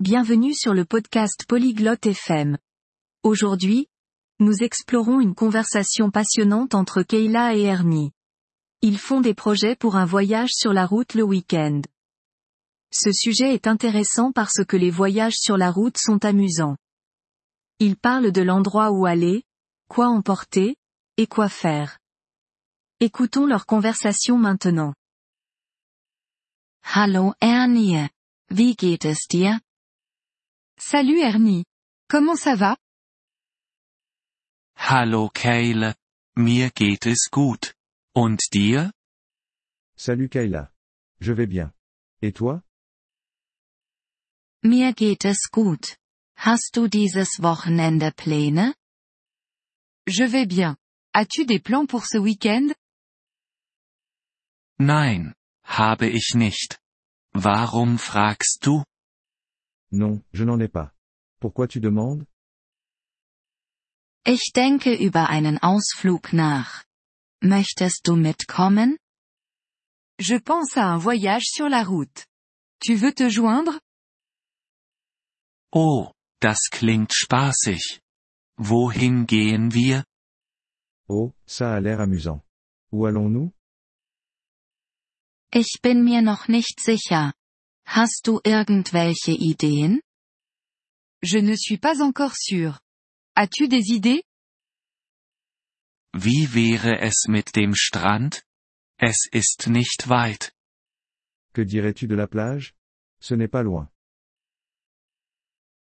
Bienvenue sur le podcast Polyglotte FM. Aujourd'hui, nous explorons une conversation passionnante entre Kayla et Ernie. Ils font des projets pour un voyage sur la route le week-end. Ce sujet est intéressant parce que les voyages sur la route sont amusants. Ils parlent de l'endroit où aller, quoi emporter, et quoi faire. Écoutons leur conversation maintenant. Hallo Ernie. Wie geht es dir? Salut Ernie. Comment ça va? Hallo Kayla. Mir geht es gut. Und dir? Salut Kayla. Je vais bien. Et toi? Mir geht es gut. Hast du dieses Wochenende Pläne? Je vais bien. As-tu des plans pour ce week-end? Nein, habe ich nicht. Warum fragst du? Non, je n'en ai pas. Pourquoi tu demandes? Ich denke über einen Ausflug nach. Möchtest du mitkommen? Je pense à un voyage sur la route. Tu veux te joindre? Oh, das klingt spaßig. Wohin gehen wir? Oh, ça a l'air amusant. Où allons-nous? Ich bin mir noch nicht sicher. Hast du irgendwelche Ideen? Je ne suis pas encore sûr. As-tu des idées? Wie wäre es mit dem Strand? Es ist nicht weit. Que dirais-tu de la plage? Ce n'est pas loin.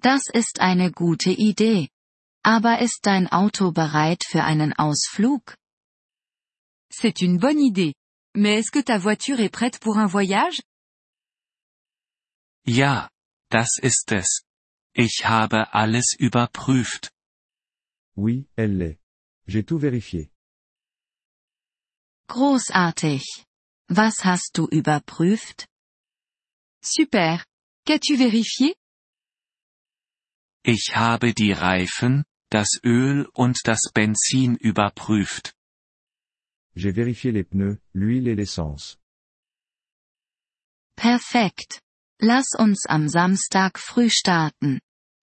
Das ist eine gute Idee. Aber ist dein Auto bereit für einen Ausflug? C'est une bonne idée. Mais est-ce que ta voiture est prête pour un voyage? Ja, das ist es. Ich habe alles überprüft. Oui, elle l'est. J'ai tout vérifié. Großartig. Was hast du überprüft? Super. Qu'as-tu vérifié? Ich habe die Reifen, das Öl und das Benzin überprüft. J'ai vérifié les pneus, l'huile et l'essence. Perfekt. Lass uns am Samstag früh starten.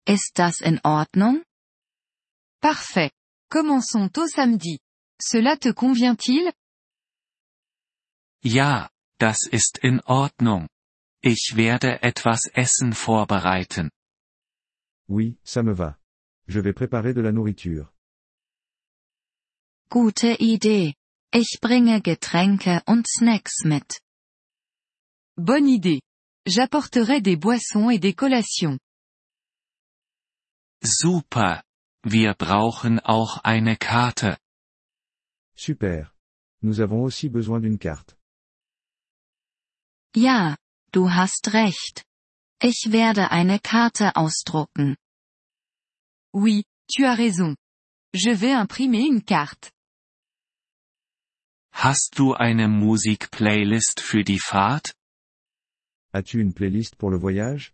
Ist das in Ordnung? Parfait. Commençons au samedi. Cela te convient-il? Ja, das ist in Ordnung. Ich werde etwas Essen vorbereiten. Oui, ça me va. Je vais préparer de la nourriture. Gute Idee. Ich bringe Getränke und Snacks mit. Bonne idée. J'apporterai des boissons et des collations. Super. Wir brauchen auch eine Karte. Super. Nous avons aussi besoin d'une carte. Ja, du hast recht. Ich werde eine Karte ausdrucken. Oui, tu as raison. Je vais imprimer une carte. Hast du eine Musikplaylist für die Fahrt? As-tu une playlist pour le voyage?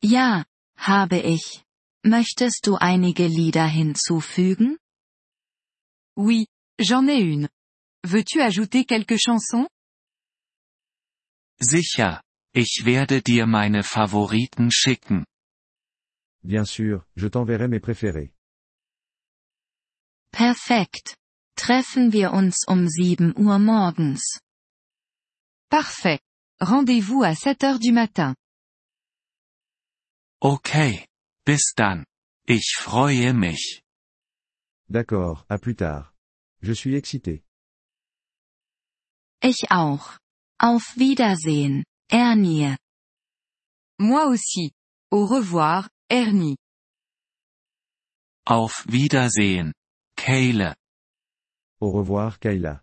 Ja, habe ich. Möchtest du einige Lieder hinzufügen? Oui, j'en ai une. Veux-tu ajouter quelques chansons? Sicher. Ich werde dir meine Favoriten schicken. Bien sûr, je t'enverrai mes préférés. Perfekt. Treffen wir uns um 7 Uhr morgens. Parfait. Rendez-vous à 7 heures du matin. Okay. Bis dann. Ich freue mich. D'accord, à plus tard. Je suis excité. Ich auch. Auf Wiedersehen, Ernie. Moi aussi. Au revoir, Ernie. Auf Wiedersehen. Kayla. Au revoir, Kayla.